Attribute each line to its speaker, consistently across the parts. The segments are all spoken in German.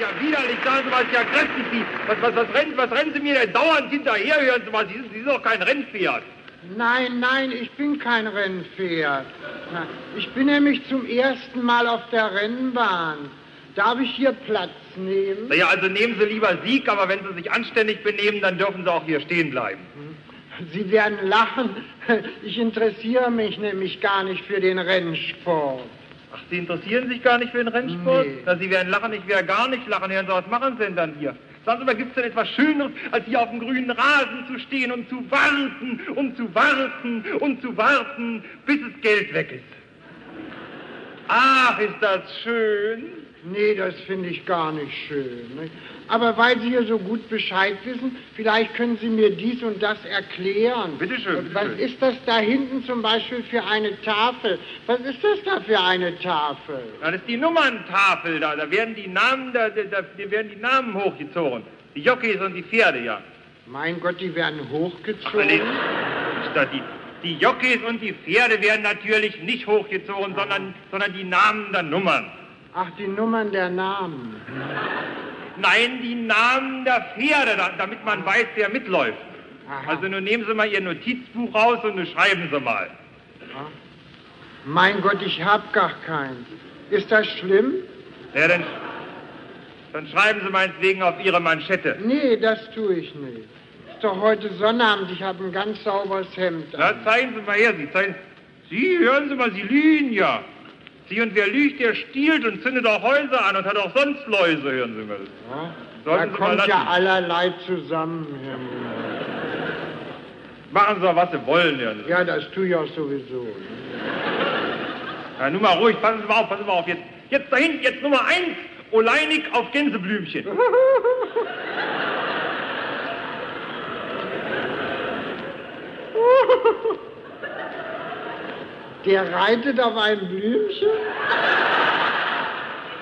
Speaker 1: Ja, widerlich, sagen Sie mal, ist ja kräftig, Sie. Was, was, was, rennen, was rennen Sie mir denn dauernd hinterher? Hören Sie mal, Sie sind, Sie sind doch kein Rennpferd.
Speaker 2: Nein, nein, ich bin kein Rennpferd. Na, Ich bin nämlich zum ersten Mal auf der Rennbahn. Darf ich hier Platz nehmen?
Speaker 1: Naja, also nehmen Sie lieber Sieg, aber wenn Sie sich anständig benehmen, dann dürfen Sie auch hier stehen bleiben.
Speaker 2: Sie werden lachen. Ich interessiere mich nämlich gar nicht für den Rennsport.
Speaker 1: Ach, Sie interessieren sich gar nicht für den Rennsport?
Speaker 2: Nee.
Speaker 1: Na, Sie werden lachen, ich werde gar nicht lachen. Hören Sie, was machen Sie denn dann hier? Sagen Sie mal, gibt es denn etwas Schöneres, als hier auf dem grünen Rasen zu stehen und zu warten, um zu warten, um zu warten, bis das Geld weg ist? Ach, ist das schön.
Speaker 2: Nee, das finde ich gar nicht schön. ne? Aber weil Sie hier so gut Bescheid wissen, vielleicht können Sie mir dies und das erklären.
Speaker 1: Bitte schön, bitte
Speaker 2: Was
Speaker 1: schön.
Speaker 2: ist das da hinten zum Beispiel für eine Tafel? Was ist das da für eine Tafel?
Speaker 1: Na, das ist die Nummerntafel da, da werden die Namen, da, da, da da werden die Namen hochgezogen. Die Jockeys und die Pferde, ja.
Speaker 2: Mein Gott, die werden
Speaker 1: Ach, nee.
Speaker 2: hochgezogen.
Speaker 1: Statt die, die Jockeys und die Pferde werden natürlich nicht hochgezogen, sondern, sondern die Namen der Nummern.
Speaker 2: Ach, die Nummern der Namen.
Speaker 1: Nein, die Namen der Pferde, da, damit man weiß, wer mitläuft.
Speaker 2: Aha.
Speaker 1: Also nun nehmen Sie mal Ihr Notizbuch raus und nun schreiben Sie mal.
Speaker 2: Ah. Mein Gott, ich hab gar keinen. Ist das schlimm?
Speaker 1: Ja, dann, dann schreiben Sie meinetwegen auf Ihre Manschette.
Speaker 2: Nee, das tue ich nicht. Ist doch heute Sonnabend, ich habe ein ganz sauberes Hemd
Speaker 1: Na,
Speaker 2: an.
Speaker 1: zeigen Sie mal her, Sie zeigen. Sie, hören Sie mal, Sie lügen ja. Sie und wer lügt, der stiehlt und zündet auch Häuser an und hat auch sonst Läuse, hören Sie mal.
Speaker 2: Ja? Da
Speaker 1: Sollten Sie mal
Speaker 2: kommt ja
Speaker 1: lassen.
Speaker 2: allerlei zusammen. Herr Müller.
Speaker 1: Machen Sie mal, was Sie wollen, hören Sie.
Speaker 2: Ja, das tue ich auch sowieso.
Speaker 1: Na, nun mal ruhig, passen Sie mal auf, passen Sie mal auf. Jetzt, jetzt dahin, jetzt Nummer eins, Oleinik auf Gänseblümchen.
Speaker 2: Der reitet auf einem Blümchen?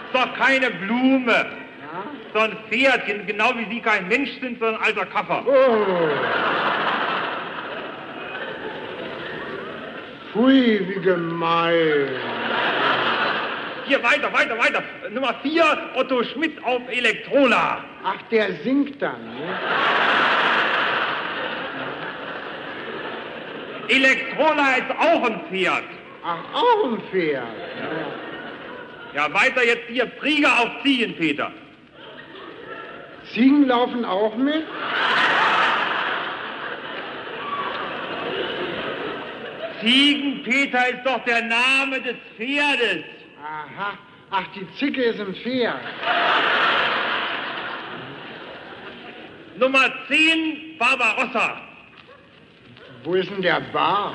Speaker 1: Ist doch keine Blume,
Speaker 2: Ja?
Speaker 1: so ein Pferd, gen- genau wie Sie kein Mensch sind, sondern ein alter Kaffer.
Speaker 2: Oh. Pfui, wie gemein.
Speaker 1: Hier, weiter, weiter, weiter. Nummer vier, Otto Schmidt auf Elektrola.
Speaker 2: Ach, der singt dann. Ne?
Speaker 1: Elektrola ist auch ein Pferd.
Speaker 2: Ach, auch ein Pferd.
Speaker 1: Ja, weiter jetzt hier, Prieger auf Ziehen, Peter.
Speaker 2: Ziegen laufen auch mit?
Speaker 1: Ziegenpeter ist doch der Name des Pferdes.
Speaker 2: Aha. Ach, die Zicke ist ein Pferd.
Speaker 1: Nummer 10, Barbarossa.
Speaker 2: Wo ist denn der Bart?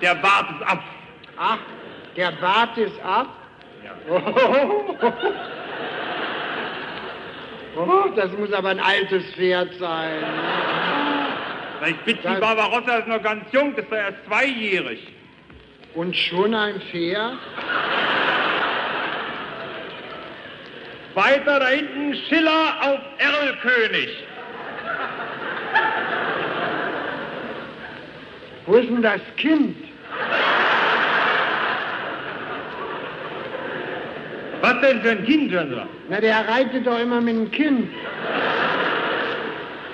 Speaker 1: Der Bart ist ab.
Speaker 2: Ach, der Bart ist ab?
Speaker 1: Ja.
Speaker 2: Oh, Oh, das muss aber ein altes Pferd sein. ne?
Speaker 1: Na, Ich bitte
Speaker 2: Das-
Speaker 1: Sie, Barbarossa ist noch ganz jung, ist doch erst zweijährig.
Speaker 2: Und schon ein Pferd?
Speaker 1: Weiter da hinten, Schiller auf Erlkönig.
Speaker 2: Wo ist denn das Kind?
Speaker 1: Was denn für ein Kind, hören Sie mal?
Speaker 2: Na, der reitet doch immer mit dem Kind.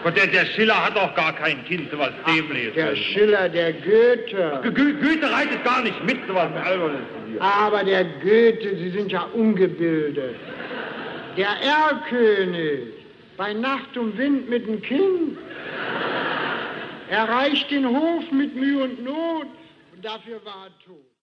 Speaker 1: Gott, der, der Schiller hat doch gar kein Kind, sowas Dämliches.
Speaker 2: Der Schiller, der Goethe.
Speaker 1: Gö- Gö Goethe reitet gar nicht mit, sowas Albernes hier.
Speaker 2: Aber der Goethe, Sie sind ja ungebildet. Der Erlkönig, bei Nacht und Wind mit dem Kind. Erreicht den Hof mit Mühe und Not und dafür war er tot.